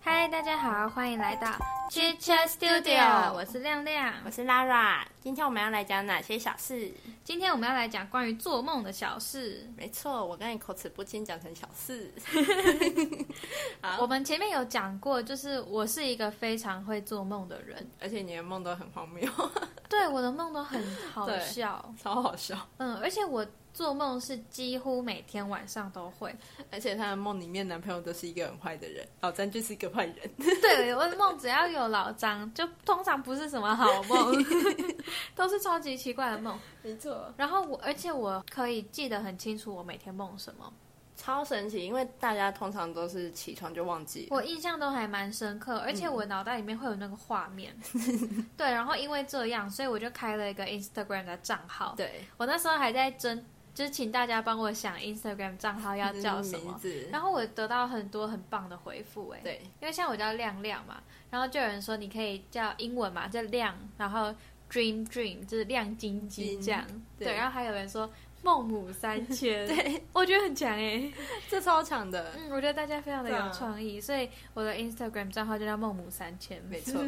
嗨，大家好，欢迎来到 Chit Chat Studio，我是亮亮。我是 Lara，今天我们要来讲哪些小事？今天我们要来讲关于做梦的小事。没错，我刚才口齿不清讲成小事。 我们前面有讲过，就是我是一个非常会做梦的人，而且你的梦都很荒谬， 对我的梦都很好对笑，超好笑。嗯，而且我做梦是几乎每天晚上都会。 而且她的梦里面男朋友都是一个很坏的人，老詹就是一个坏人。对，我的梦只要有老张，就通常不是什么好 梦，都是超级奇怪的梦。没错，然后我，而且我可以记得很清楚我每天梦什么，超神奇，因为大家通常都是起床就忘记了。我印象都还蛮深刻，而嗯且我脑袋里面会有那个画 面。对，然后因为这样，所以我就开了一个 Instagram 的账号。对，我那时候还在争，就是请大家帮我想 Instagram 账号要叫什名么。字？然后我得到很多很棒的回复，哎，嗯对，因为像我叫亮亮嘛，然后就有人说你可以叫英文嘛，叫亮，然后 dream dream 就是亮晶晶晶这样，对对然后还有人说孟母三 迁，对，我觉得很强哎、这超强的。嗯，我觉得大家非常的对有啊创意，所以我的 Instagram 账号就叫孟母三迁，没错，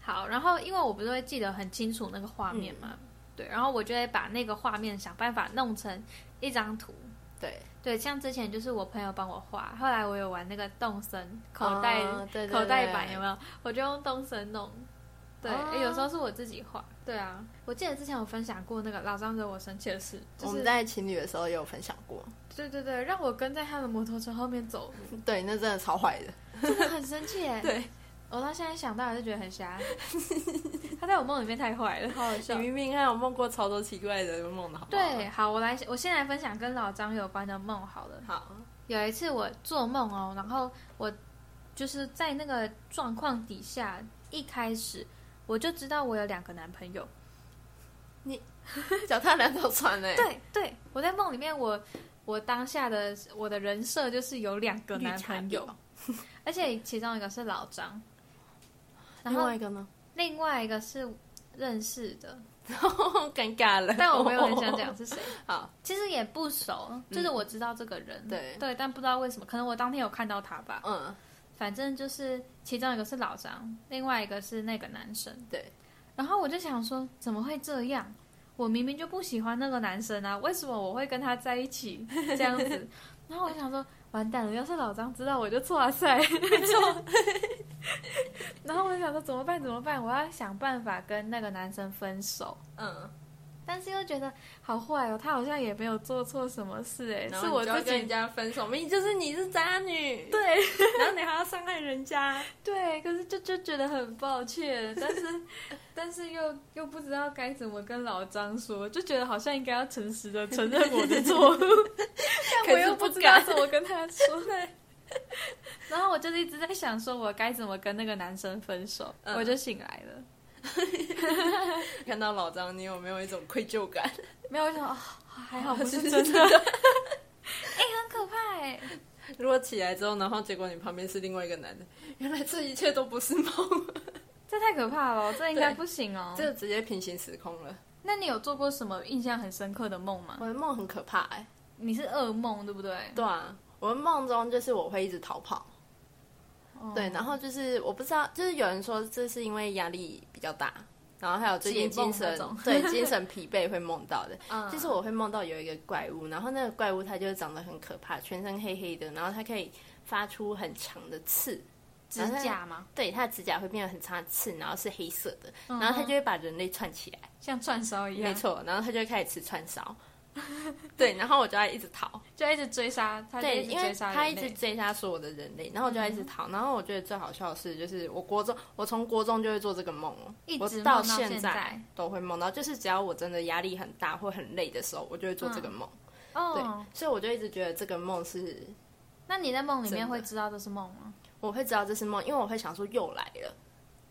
好，然后因为我不是会记得很清楚那个画面嘛，嗯对，然后我就会把那个画面想办法弄成一张图。 对，对，像之前就是我朋友帮我画，后来我有玩那个动森口袋、哦对对口袋版对有没有？我就用动森弄。对、哦诶有时候是我自己画。对啊，我记得之前有分享过那个老张惹我生气的事，就我是们在情侣的时候也有分享过。对对对，让我跟在他的摩托车后面走，对，那真的超坏的。真 的很生气耶。对，我到现在想到还是觉得很瞎。 他在我梦里面太坏了，好好你明明还有梦过超多奇怪的梦的，好不好？对，好，我来，我先来分享跟老张有关的梦好了。好，有一次我做梦哦，然后我就是在那个状况底下，一开始我就知道我有两个男朋友。脚踏两条船哎、对对，我在梦里面我，我当下的我的人设就是有两个男朋友， 而且其中一个是老张，然另后外一个 呢？另外一个是认识的，尴尬了， 但我没有很想讲。是谁。好，嗯其实也不熟，就是我知道这个人，对对，但不知道为什么，可能我当天有看到他吧。嗯，反正就是其中一个是老张，另外一个是那个男生。对，然后我就想说，怎么会这样？我明明就不喜欢那个男生啊，为什么我会跟他在一起这样 子？然后我就想说，完蛋了，要是老张知道，我就错赛，没错。 然后我就想说，怎么办？怎么办？我要想办法跟那个男生分手。嗯，但是又觉得好坏哦，他好像也没有做错什么事哎，然是后我你就要自跟人己家分手，明明就是你是渣女，对，然后你还要伤害人家，对，可是就就觉得很抱歉，但 是但是又又不知道该怎么跟老张说，就觉得好像应该要诚实的承认我的错 误，但我可是又不知道敢怎么跟他 说。然后我就一直在想，说我该怎么跟那个男生分手，嗯我就醒来了。 看到老张，你有没有一种愧疚感？没有，我想哦，还好不是是真的， 真哎、很可怕哎、如果起来之后，然后结果你旁边是另外一个男的， 原来这一切都不是梦，这太可怕了，这应该对不行哦。 这直接平行时空了。那你有做过什么印象很深刻的梦吗？我的梦很可怕哎、你是噩梦对不对？对啊，我的梦中就是我会一直逃跑，哦对，然后就是我不知道，就是有人说这是因为压力比较大，然后还有最近解梦精那神种对精神疲惫会梦到的。嗯就是我会梦到有一个怪物，然后那个怪物它就是长得很可怕，全身黑黑的，然后它可以发出很长的刺，指甲吗？对，它的指甲会变得很长的刺，然后是黑色的，嗯哼然后它就会把人类串起来，像串烧一样，没，错，然后它就会开始吃串 烧，对，然后我就要一直逃，就一直追杀，他就对，一直因为追杀他一人直类。嗯追杀所有的人类，然后我就一直逃。然后我觉得最好笑的是，就是我国中，我从国中就会做这个梦哦，一直我梦到到现在在都会梦到，就是只要我真的压力很大或很累的时候，我就会做这个梦。哦，对，所以我就一直觉得这个梦是那你在梦里面真的会知道这是梦吗？我会知道这是梦，因为我会想说又来了，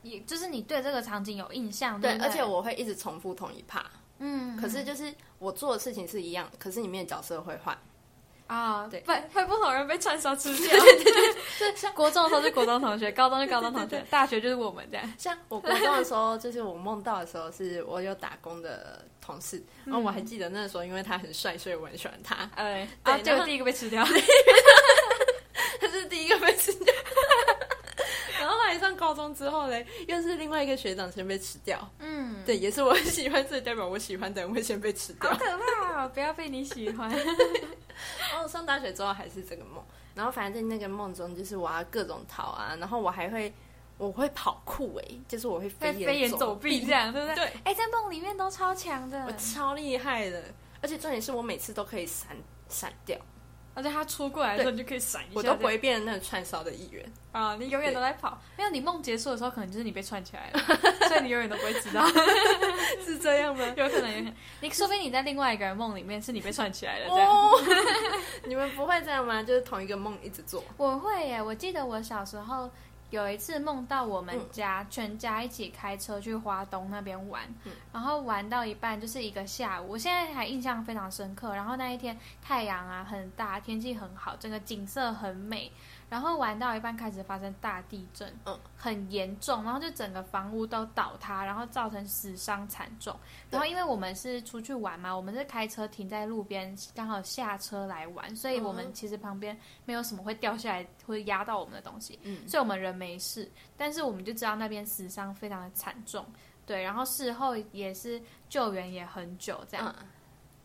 也就是你对这个场景有印象，对，不而且我会一直重复同一趴。嗯，可是就是我做的事情是一样，可是里面的角色会换。啊，对不会不同人被串烧吃 掉。 对，像国中的时候是国中同学，高中就高中同学，大学就是我们这样。像我国中的时候，就是我梦到的时候，是我有打工的同 事，然后我嗯还记得那时候，因为他很帅，所以我很喜欢他。哎，呃对啊，结然果后第一个被吃掉。他是第一个被吃掉。 中之后嘞，又是另外一个学长先被吃掉。嗯，对，也是我很喜欢，所以代表我喜欢的人会先被吃 掉好。可怕、哦，不要被你喜欢。然后哦上大学之后还是这个梦，然后反正在那个梦中，就是我要各种逃啊，然后我还会我会跑酷诶、就是我会被飞檐檐走壁这样，对不对？ 对， 哎、在梦里面都超强我的，超厉害的，而且重点是我每次都可以闪闪掉，而且他出过来的时候，你就可以闪一下我这样。都不会变成那个串烧的一员。啊，你永远都在跑。没有，你梦结束的时候，可能就是你被串起 来了，所以你永远都不会知道， 是这样吗？有可能，有可能。你说不定你在另外一个人梦里面是你被串起来了，这样。哦， 你们不会这样吗？就是同一个梦一直做，我会耶，我记得我小时候有一次梦到我嗯们家、全家一起开车去花东那边玩，嗯然后玩到一半就是一个下午，我现在还印象非常深刻。然后那一天太阳啊很大，天气很好，整个景色很美。然后玩到一半开始发生大地震，嗯，很严重，然后就整个房屋都倒塌，然后造成死伤惨重。对然后因为我们是出去玩嘛，我们是开车停在路边，刚好下车来玩，所以我们嗯其实旁边没有什么会掉下来会压到我们的东西，嗯，所以我们人没事，但是我们就知道那边死伤非常的惨重，对，然后事后也是救援也很久这样，嗯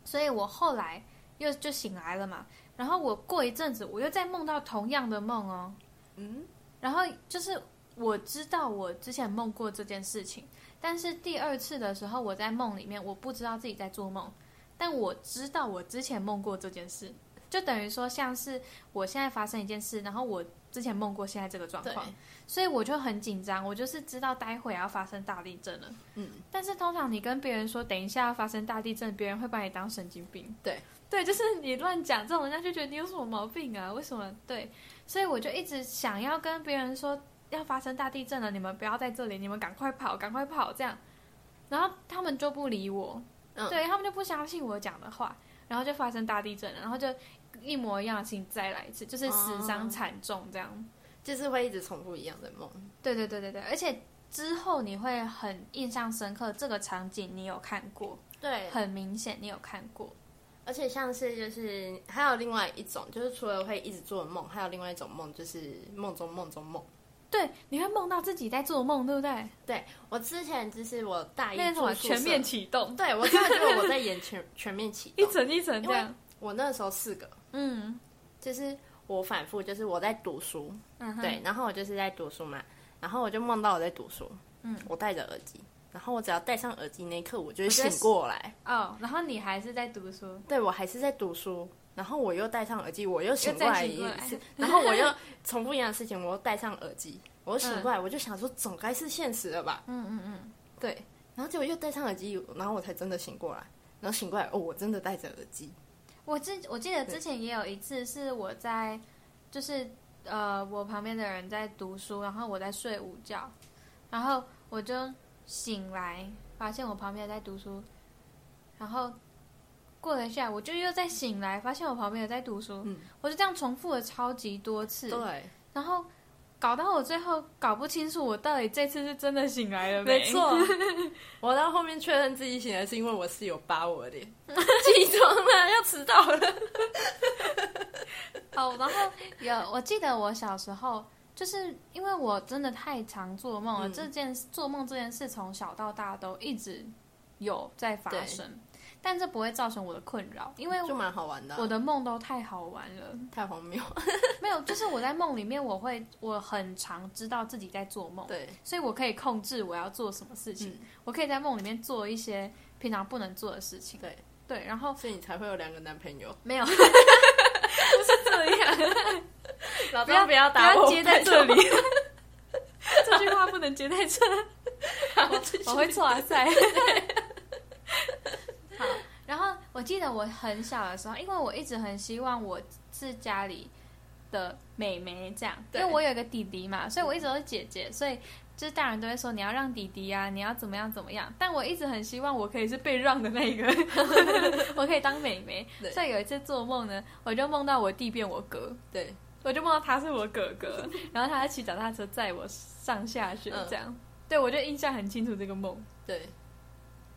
所以我后来又就醒来了嘛，然后我过一阵子我又再梦到同样的梦哦，嗯，然后就是我知道我之前梦过这件事情，但是第二次的时候我在梦里面我不知道自己在做梦，但我知道我之前梦过这件事，就等于说像是我现在发生一件事，然后我之前梦过现在这个状对，况，所以我就很紧张，我就是知道待会要发生大地震了。嗯，但是通常你跟别人说等一下要发生大地震，别人会把你当神经病。对，对，就是你乱讲这种，人家就觉得你有什么毛病啊？为什么？对，所以我就一直想要跟别人说要发生大地震了，你们不要在这里，你们赶快跑，赶快跑这样。然后他们就不理我，嗯对他们就不相信我讲的话，然后就发生大地震了，然后就一模一样的事情再来一次，就是死伤哦惨重这样。就是会一直重复一样的梦。对对对对对，而且之后你会很印象深刻，这个场景你有看过，对，很明显你有看过。而且像是就是还有另外一种，就是除了会一直做梦，还有另外一种梦，就是梦中梦中梦。对，你会梦到自己在做梦，对不对？对我之前就是我大一那个什么住宿舍全面，启动，对我真的觉得我在演全 全面启一动。层一层这样。我那时候四个，嗯就是我反复就是我在读书，嗯哼，对，然后我就是在读书嘛，然后我就梦到我在读书，嗯，我戴着耳机，然后我只要戴上耳机那一刻，我就会我觉得醒过来，哦，然后你还是在读书，对我还是在读书，然后我又戴上耳机，我又醒又再过来醒一过来次， 然后我 又重复一样的事情，我又戴上耳机，我又醒过来，我就想说总该是现实了吧，嗯嗯嗯，对，然后结果又戴上耳机，然后我才真的醒过来，然后醒过来哦，我真的戴着耳机，我之我记得之前也有一次是我在，就是呃，我旁边的人在读书，然后我在睡午觉，然后我就醒来，发现我旁边在读书，然后过了一下，我就又再醒来，发现我旁边也在读书，嗯我就这样重复了超级多次，对，然后搞到我最后搞不清楚我到底这次是真的醒来了没没错， 我到后面确认自己醒来是因为我室友扒我的脸， 起床了，要迟到 了。哦，然后 有，我记得我小时候，就是因为我真的太常做梦了，嗯这件做梦这件事从小到大都一直有在发对生，但这不会造成我的困扰，因为就蛮好玩的啊、我的梦都太好玩了。 太荒谬。没有，就是我在梦里面，我会我很常知道自己在做梦，对，所以我可以控制我要做什么事情，嗯，我可以在梦里面做一些平常不能做的事情。对对，然后所以你才会有两个男朋友。 没有，不是这样。老不要张不要不打我，要接在这里拜托。这句话不能接在这， 我我会错啊塞。好，然后我记得我很小的时候，因为我一直很希望我是家里的妹妹这样，因对为我有一个弟弟嘛，所以我一直都是姐姐，所以。就是大人都会说你要让弟弟啊，你要怎么样怎么样。但我一直很希望我可以是被让的那一个，我可以当妹妹。对所以有一次做梦呢，我就梦到我弟变我哥，对，我就梦到他是我哥 哥，然后他还骑脚踏车载我上下学嗯这样。对，我就印象很清楚这个梦，对，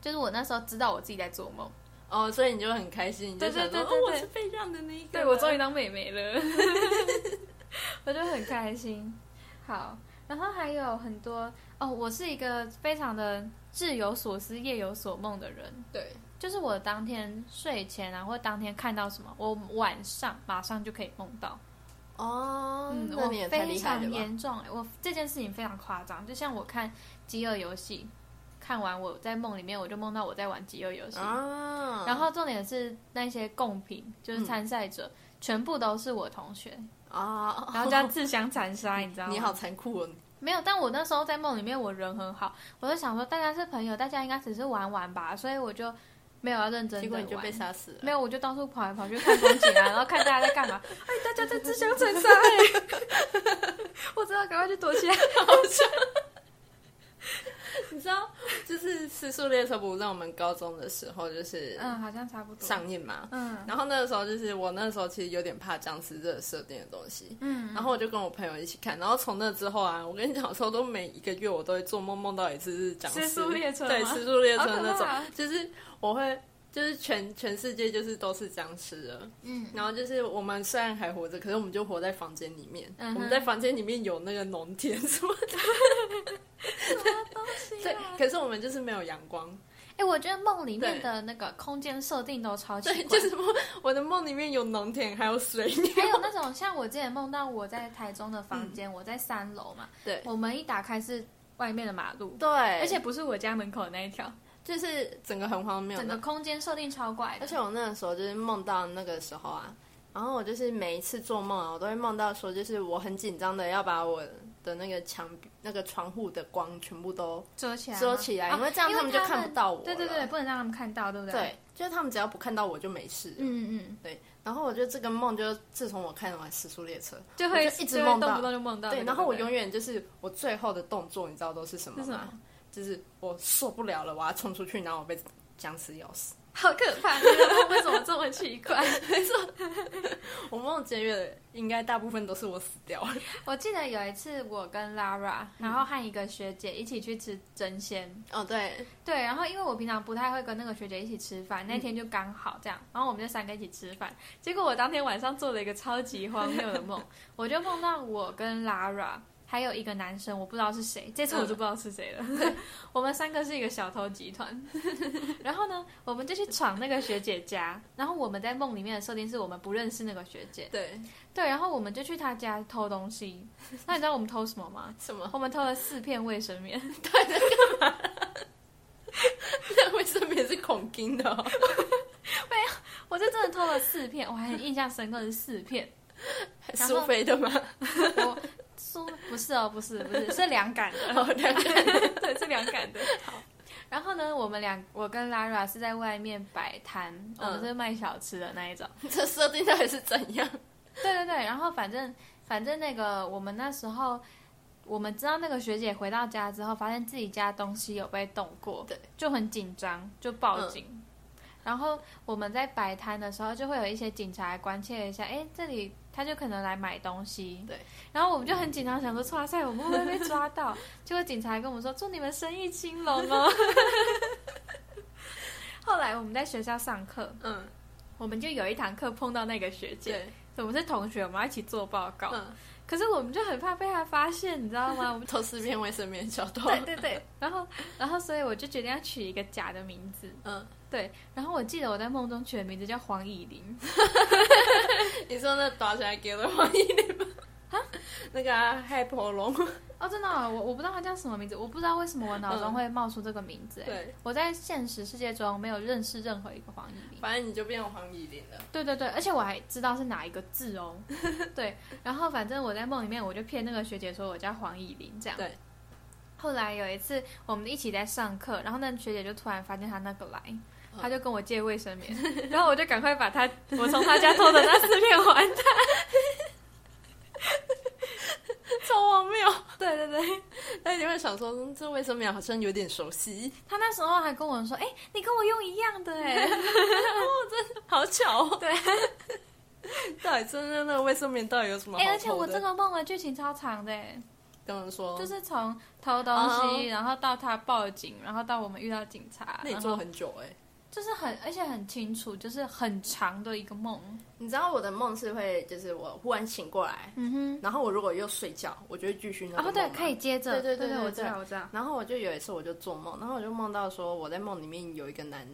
就是我那时候知道我自己在做梦，哦，所以你就很开心，你就对对想说对对哦，我对是被让的那一个。对我终于 于当妹妹了，我就很开心。好，然然后还有很多哦，我是一个非常的日有所思夜有所梦的人，对，就是我当天睡前啊，或当天看到什么，我晚上马上就可以梦到。哦，嗯，那我你也太非厉害常了吧？严重、欸，我这件事情非常夸张。就像我看《饥饿游戏》，看完我在梦里面，我就梦到我在玩《饥饿游戏》啊，然后重点是那些贡品，嗯就是参赛者、全部都是我同学，啊，然后这样自相残 杀，你知道吗？你好残酷哦，没有，但我那时候在梦里面，我人很好，我就想说大家是朋友，大家应该只是玩玩吧，所以我就没有要认真结的果玩。你就被杀死了。没有，我就到处跑来跑去看风景啊，然后看大家在干嘛。哎，大家在自相残 杀哎！我知道，赶快去躲起来。 你知道，就是《失速列车不让我们高中的时候，就是嗯，好像差不多。上映嘛。嗯然后那个时候，就是我那时候其实有点怕僵尸这个设定的东西。嗯，然后我就跟我朋友一起看，然后从那之后啊，我跟你讲，差不多每一个月我都会做梦，梦到一次是僵尸失速列车吗啊对，失速列车好可那种，怕就是我会，就是全全世界就是都是僵尸了。嗯，然后就是我们虽然还活着，可是我们就活在房间里面，嗯哼我们在房间里面有那个农田什么的，东西 对啊，可是我们就是没有阳光，哎，我觉得梦里面的那个空间设定都超奇对，怪，就是梦，我的梦里面有农田，还有水泥，还有那种像我之前梦到我在台中的房间，我在三楼嘛，对我门一打开是外面的马路，对，而 而且不是我家门口那一条，就是整个很荒谬整的个。空间设定超怪的而且我那个时候就是梦到那个时候啊，然后我就是每一次做梦啊，我都会梦到说，就是我很紧张的要把我的那个墙、那个窗户的光全部都遮起来吗，遮起来，啊因为这样因为们就他们看不到我了。对对对，不能让他们看到，对不对？对，就是他们只要不看到我就没事。嗯嗯嗯，对，然后我就这个梦，就自从我看完《时速列车就会我就一直就会梦到动不动就梦》，到这个。对，然后我嗯对不永远就是我最后的动作，你知道都是什么对吗？是什么？就是我受不了了，我要冲出去，然后我被僵尸咬死。好可怕！这个梦为什么这么奇 怪？我梦结月应该大部分都是我死掉了。我记得有一次我跟 Lara，然嗯后和一个学姐一起去吃真鲜，哦，对，对，然后因为我平常不太会跟那个学姐一起吃饭，那天就刚好这样，然后我们就三个一起吃饭。结果我当天晚上做了一个超级荒谬的梦，我就梦到我跟 Lara 还有一个男生，我不知道是谁，这次我就不知道是谁了。 我们三个是一个小偷集团， 然后呢，我们就去闯那个学姐家，然后我们在梦里面的设定是我们不认识那个学姐，对，对，然后我们就去她家偷东西。 那你知道我们偷什么吗？什 么？我们偷了四片卫生棉。那卫生棉是孔金的、 哦，我就真的偷了四片，我还很印象深刻是四片。然后苏菲的吗？我说不是哦，不是不是，是凉感的，哦凉 对，是凉 感的。然后呢，我们俩，我跟 Lara 是在外面摆摊，我们嗯是卖小吃的那一种。这设定到底是怎样？对对对，然后反正反正那个我们那时候，我们知道那个学姐回到家之后，发现自己家东西有被动过，对，嗯就很紧张，就报警。然后我们在摆摊的时候，就会有一些警察来关切一下，哎，这里他就可能来买东西，对。然后我们就很紧张，想说，哇塞，我们会不会被抓到？结果警察还跟我们说，祝你们生意兴隆哦。 后来我们在学校上课，嗯，我们就有一堂课碰到那个学姐，对，我们是同学，我们要一起做报告。嗯，可是我们就很怕被他发现，你知道吗？我们偷四片卫生棉小偷，对对对，然后然后所以我就决定要取一个假的名字。嗯，对，然后我记得我在梦中取的名字叫黄以玲， 你说那打起来给了黄一点 吗？那个啊海波龙，哦，真的哦、我我不知道他叫什么名字，我不知道为什么我脑中会冒出这个名字。哎对，我在现实世界中没有认识任何一个黄以玲。反正你就变成黄以玲了。对对对，而且我还知道是哪一个字哦。 对，然后反正我在梦里面，我就骗那个学姐说我叫黄以玲这样。对。后来有一次我们一起在上课，然后那学姐就突然发现她那个来，嗯她就跟我借卫生 棉，然后我就赶快把她我从她家偷的那四片还 她。 超荒谬！对对对，那你会想说，嗯这卫生棉好像有点熟悉，她那时候还跟我说：“哎、你跟我用一样的 哎。好巧哦。对， 到底真的那个卫生棉到底有什么”好哎、偷的？哦而且我这个梦的剧情超长的哎，跟人说，就是从偷东西，然后到她报警，然后到我们遇到警察，啊那你然后做很久哎、就是很而且很清楚，就是很长的一个梦。你知道我的梦是会，就是我忽然醒过来，嗯哼，然后我如果又睡觉，我就会继续那个哦，梦对，嘛可以接着，对对对对对我知道，我知道，然后我就有一次我就做梦，然后我就梦到说我在梦里面有一个男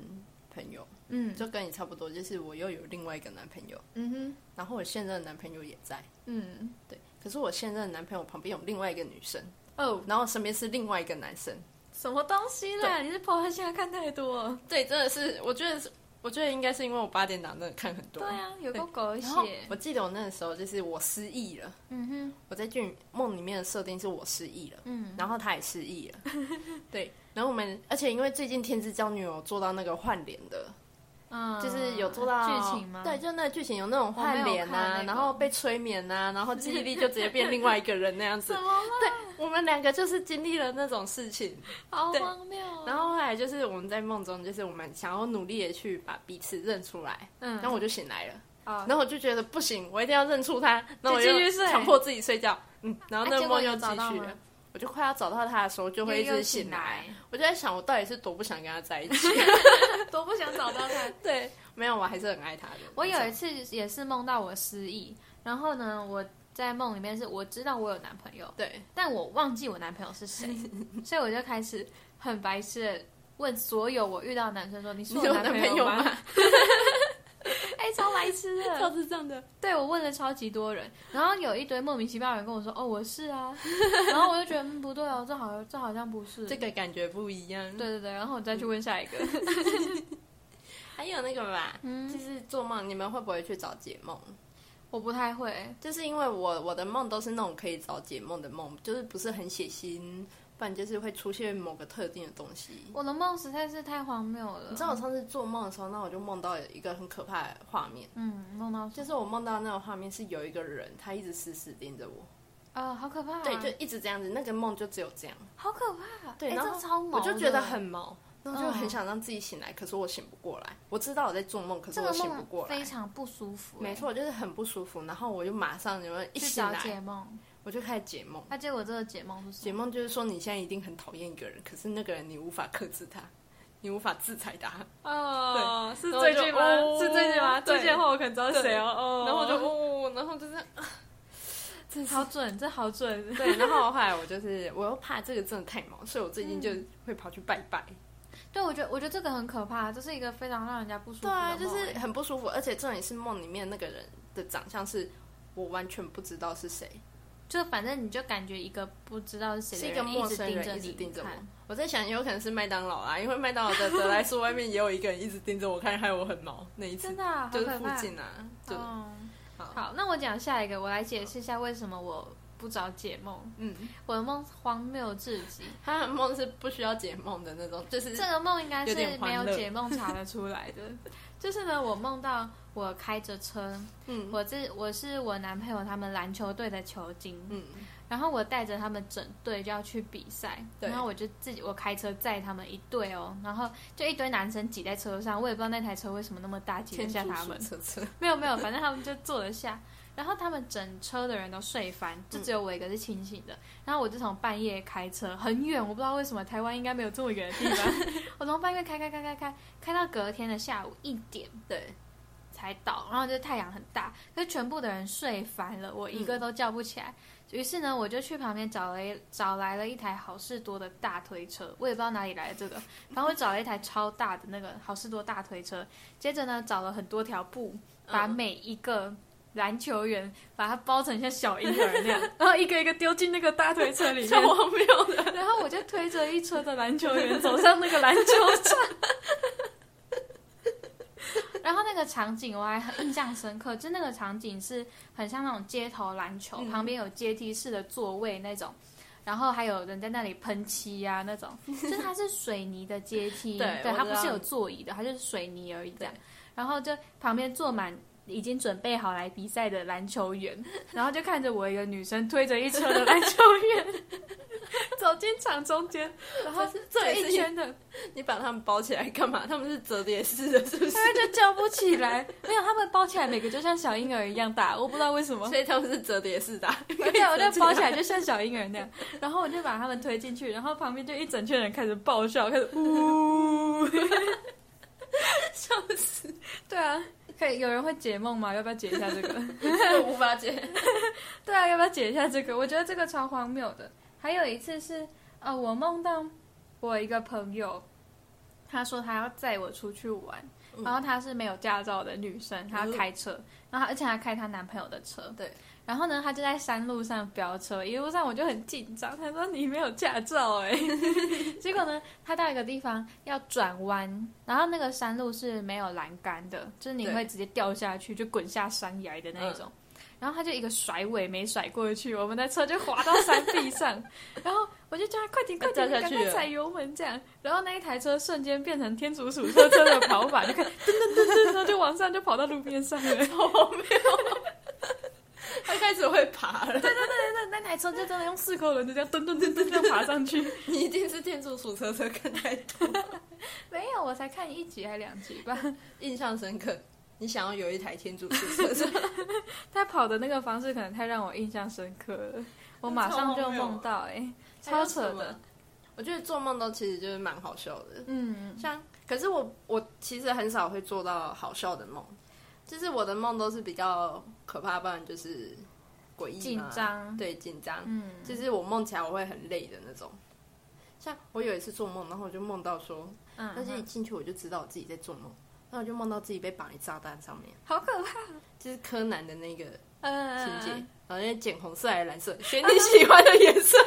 朋友，嗯就跟你差不多，就是我又有另外一个男朋友，嗯哼，然后我现任的男朋友也在，嗯，对，可是我现任的男朋友旁边有另外一个女生，哦，然后身边是另外一个男生，什么东西啦？你是婆婆现在看太多了，对，真的是，我觉得是，我觉得应该是因为我八点档真的看很多，对啊，有够狗然后血，我记得我那个时候就是我失忆了，嗯哼，我在剧梦里面的设定是我失忆了，嗯，然后他也失忆了， 对，然后我们而且因为最近天之娇女有做到那个换脸的，嗯，就是有做到剧情吗？对，，就那个剧情有那种换脸我没有看啊，那个然后被催眠啊，然后记忆力就直接变另外一个人 那样子怎。么了？我们两个就是经历了那种事情，好对荒谬哦。然后后来就是我们在梦中，就是我们想要努力的去把彼此认出来，嗯，然后我就醒来了，哦然后我就觉得不行，我一定要认出他，然后我就继续睡强迫自己睡觉，嗯，然后啊那结个果梦又有继找到续吗了。我就快要找到他的时候，就会一又又直醒来来。，我就在想，我到底是多不想跟他在一起？多不想找到他。 对，没有，我还是很爱他的。 我有一次也是梦到我失忆，然后呢，我在梦里面是我知道我有男朋友，对，但我忘记我男朋友是 谁，所以我就开始很白痴的问所有我遇到的男生说：“你是你我有男男朋友友吗吗？？” 哎、超白痴超的！智障的。对我问了超级多人，然后有一堆莫名其妙的人跟我说：“哦，我是 啊。”然后我就觉得、嗯、不对哦，这好像这好像不是。这个感觉不一样。对，对对，然后我再去问下一个。还有那个吧，就是做梦，你们会不会去找解梦？我不太会，就是因为我我的梦都是那种可以找解梦的梦，就是不是很血腥，不然就是会出现某个特定的东西。我的梦实在是太荒谬了。你知道我上次做梦的时候，那我就梦到有一个很可怕的画面，嗯，梦到就是我梦到那种画面是有一个人，他一直死死盯着我，啊、好可怕、啊！对，就一直这样子，那个梦就只有这样，好可怕。对哎然这后超毛我的，就觉得很毛，然后就嗯很想让自己醒来，可是我醒不过来，我知道我在做梦，可是这我个醒不梦过来非，常不舒服、没哎，错，就是很不舒服，然后我就马上有没有一去醒找来，解哎梦。我就开始解梦。那、啊结果这个解梦是什解么？梦就是说你现在一定很讨厌一个人，可是那个人你无法克制他，你无法制裁他。哦，是然后就哦对话我可能知道对哦然后我就哦，然后就是这好准，这好准。 对，然后后来我就是我又怕这个真的太忙，所以我最近就会跑去拜拜。对，我觉得我觉得这个很可怕，这是一个非常让人家不舒服对的啊，梦。就是很不舒服，而且重点是梦里面那个人的长相是我完全不知道是谁，就反正你就感觉一个不知道是谁是的一个人陌直生盯着人一你直盯着我看。。 我在想，有可能是麦当劳啦，啊因为麦当劳的德莱素外面也有一个人一直盯着我看，害我很毛。那一次真的、啊、就是好可附怕近啊，就哦好好，那我讲下一个，我来解释一下为什么我不找解梦。嗯。我的梦荒谬至极，他的梦是不需要解梦的那种，就是这个梦应该是有点没欢乐有解梦查得出来 的。就是呢，我梦到我开着车，嗯我是我是我男朋友他们篮球队的球精，嗯，然后我带着他们整队就要去比赛，对然后我就自己我开车载他们一队哦，然后就一堆男生挤在车上，我也不知道那台车为什么那么大，挤得天下竺他鼠们。车车， 没有没有，反正他们就坐得下。然后他们整车的人都睡翻，就只有我一个是清醒的。然后我就从半夜开车很远，我不知道为什么台湾应该没有这么远的地方。我从半夜开开开开开，开到隔天的下午一点对，才到。然后就太阳很大，可是全部的人睡翻了，我一个都叫不起来。于是呢，我就去旁边找了一找来了一台好事多的大推车，我也不知道哪里来的这个，反正我找了一台超大的那个好事多大推车。接着呢，找了很多条布，把嗯每一个篮球员把它包成像小婴儿那样，然后一个一个丢进那个大推 车里面超，荒谬的，然后我就推着一车的篮球员走上那个篮球场。然后那个场景我还很印象深刻，就那个场景是很像那种街头篮球，嗯旁边有阶梯式的座位那种，然后还有人在那里喷漆呀、那 种，就是它是水泥的阶梯，对我它知不是道有座椅的，它就是水泥而已这样。然后就旁边坐满已经准备好来比赛的篮球员，然后就看着我一个女生推着一车的篮球员 走进场中间，然后这这也是一圈的，你把他们包起来干嘛？他们是折叠式的，是不是？ 他们就叫不起来，没有，他们包起来每个就像小婴儿一样大，我不知道为什么。所以他们是折叠式的啊，对，我就包起来可就以折叠像小婴儿那样，然后我就把他们推进去，然后旁边就一整圈人开始爆笑，开始呜，对啊，可以有人会解梦吗？要不要解一下这个？我 无法解。对啊，要不要解一下这个？我觉得这个超荒谬的。还有一次是，呃，我梦到我一个朋友，他说他要载我出去玩，嗯然后她是没有驾照的女生，她要开车，然后她而且她开她男朋友的车，对。然后呢，她就在山路上飙车，一路上我就很紧张。她说你没有驾照 哎、结果呢，她到一个地方要转弯，然后那个山路是没有栏杆的，就是你对会直接掉下去，就滚下山崖的那一种。然后她就一个甩尾没甩过去，我们的车就滑到山壁上，然后我就叫她快点快点，掉下赶去快了踩油门这样。然后那一台车瞬间变成天竺鼠车车的跑法，就看噔噔噔噔，然后就往上就跑到路边上了。他开始会爬了。那那台车就真的用四口轮就这样噔噔噔噔这样爬上去。你一定是天竺鼠车车看太多，没有，我才看一集还两集吧。印象深刻。你想要有一台天竺 鼠车车，他跑的那个方式可能太让我印象深刻了，我马上就梦到哎、超扯还有什的么。。我觉得做梦都其实就是蛮好笑的。嗯，像，可是我我其实很少会做到好笑的梦，就是我的梦都是比较可怕，不然就是诡异紧嘛张对紧张，嗯，就是我梦起来我会很累的那种。像我有一次做梦，然后我就梦到说，嗯但是一进去我就知道我自己在做梦，然后我就梦到自己被绑在炸弹上面，好可怕。就是柯南的那个情嗯，节，然后就捡红色还是蓝色，选你喜欢的颜 色。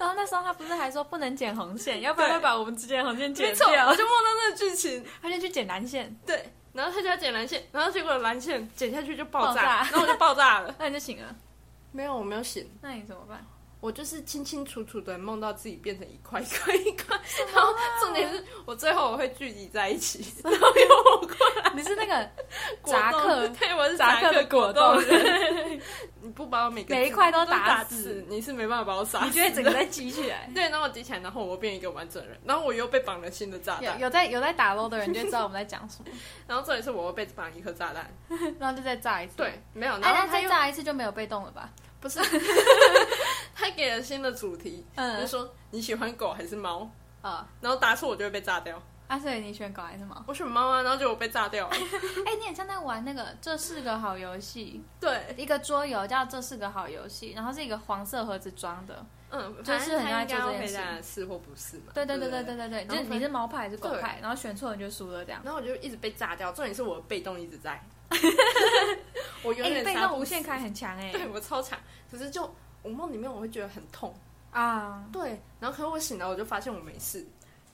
然后那时候他不是还说不能剪红线，要不然会把我们之间的红线没剪错，我掉，就梦到那个剧情，他就去剪蓝线，对。然后他就要剪蓝线，然后结果蓝线剪下去就爆爆炸炸，然后我就爆炸了。那你就醒了。 没有，我没有醒，那你怎么 办？我就是清清楚楚的梦到自己变成一块一块一 块，哦然后重点是我最后我会聚集在一起，然后又我过来你是那 个果扎冻克 对，我是扎克克的果冻冻人。 你不把我每个每一字块都都打打死你是没办法把我杀你死觉的。。得整个在激起来 对，然后我集起来，然后我变一个完整人，然后我又被绑了新的炸有弹，有在有在打 low 的人就知道我们在讲什 么，然后这一次我又被绑一颗炸弹。然后就再炸一次。对，没有，哎，然那后他再又炸一次就没有被动了吧？不 是， 他给了新的主题，就嗯，说你喜欢狗还是猫，啊，然后答错我就会被炸掉。啊，所以你选狗还是 猫？我选猫啊，然后结果被 炸掉了。哎，你很像在玩那个《这是个好游戏对》，，一个桌游叫《这是个好游戏》，然后是一个黄色盒子装的。嗯，就就是是很很爱爱做做这这件件事事，是或不是嘛？对对对对对对对对。对，然就后是你是猫派还是狗对派，然后选错人就输了这样。然后我就一直被炸掉，重点是我被动一直 在，我永哎，你远被杀动不无限死，开很强哎。对我超强。可是就我梦里面我会觉得很痛，啊，对，然后可是我醒来我就发现我没事。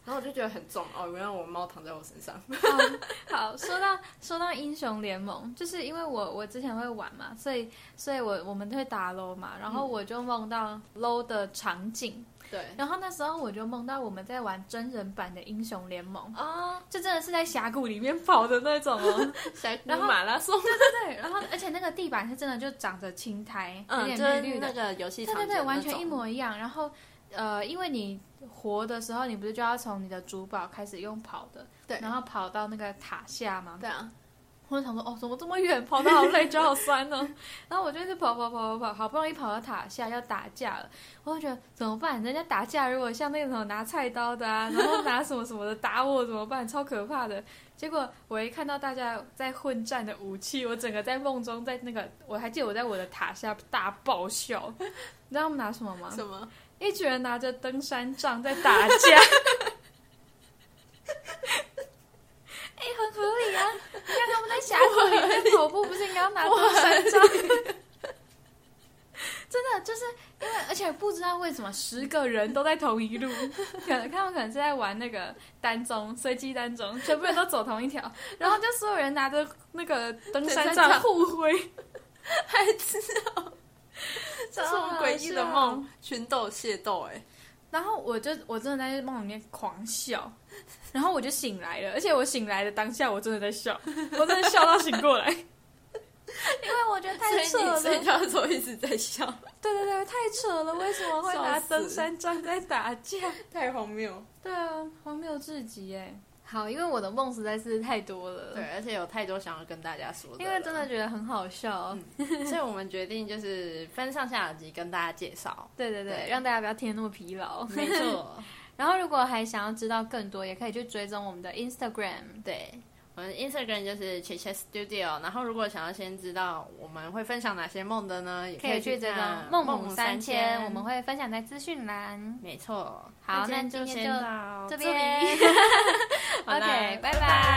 然后我就觉得很重哦，原来我猫躺在我 身上。 好，说到说到英雄联盟，就是因为我我之前会玩嘛，所以所以我我们会打 LO 嘛，然后我就梦到 LO 的场景，对然后那时候我就梦到我们在玩真人版的英雄联盟，啊，就真的是在峡谷里面跑的那种 哦，峡谷然后马拉松，对，然后而且那个地板是真的就长着青苔，有嗯，就点是绿绿的，那个游戏对场对景对，那完全种一模一样。然后，呃，因为你活的时候，你不是就要从你的珠宝开始用跑的，对然后跑到那个塔下嘛。对啊，我就想说，哦，怎么这么远，跑得好累，脚好酸哦。 然后我就一直跑跑跑跑跑，好不容易跑到塔下要打架了，我就觉得怎么办？人家打架如果像那种拿菜刀的啊，然后拿什么什么的打我怎么办？超可怕的。 结果我一看到大家在混战的武器，我整个在梦中在那个，我还记得我在我的塔下大爆笑。你知道他们拿什么吗？什么？一群人拿着登山杖在打架。哎、很合理啊！你看他们在峡谷里面跑步，不是应该要拿登山杖？ 真的就是因为，而且不知道为什么十个人都在同一路，可能他们可能是在玩那个单中，随机单中，全部人都走同一条，然后就所有人拿着那个登山登山杖杖互挥，还知道，这是我诡异的梦，群斗械斗、欸，然后我就我真的在梦里面狂笑， 然后我就醒来了，而且我醒来的当下我真的在笑，我真的笑到醒过来， 因为我觉得哎，太扯所以你了，睡对觉的时候一直在笑，对对，太扯了，为什么会拿登山杖在打架？太荒谬。对啊，荒谬至极哎。好，因为我的梦实在是太多了，对，，而且有太多想要跟大家说的，因为真的，觉得很好笑、哦 所以我们决定就是分上下集跟大家介绍。对对对，对让大家不要天那么疲劳。没错，然后如果还想要知道更多，也可以去追踪我们的 Instagram。对， 我的 Instagram 就是 c h c h Studio。然后如果想要先知道我们会分享哪些梦的呢，也可以去去追踪看孟母母三迁迁，我们会分享在资讯栏。没错。好今天那今天先就到这 里边好啦 OK，拜拜拜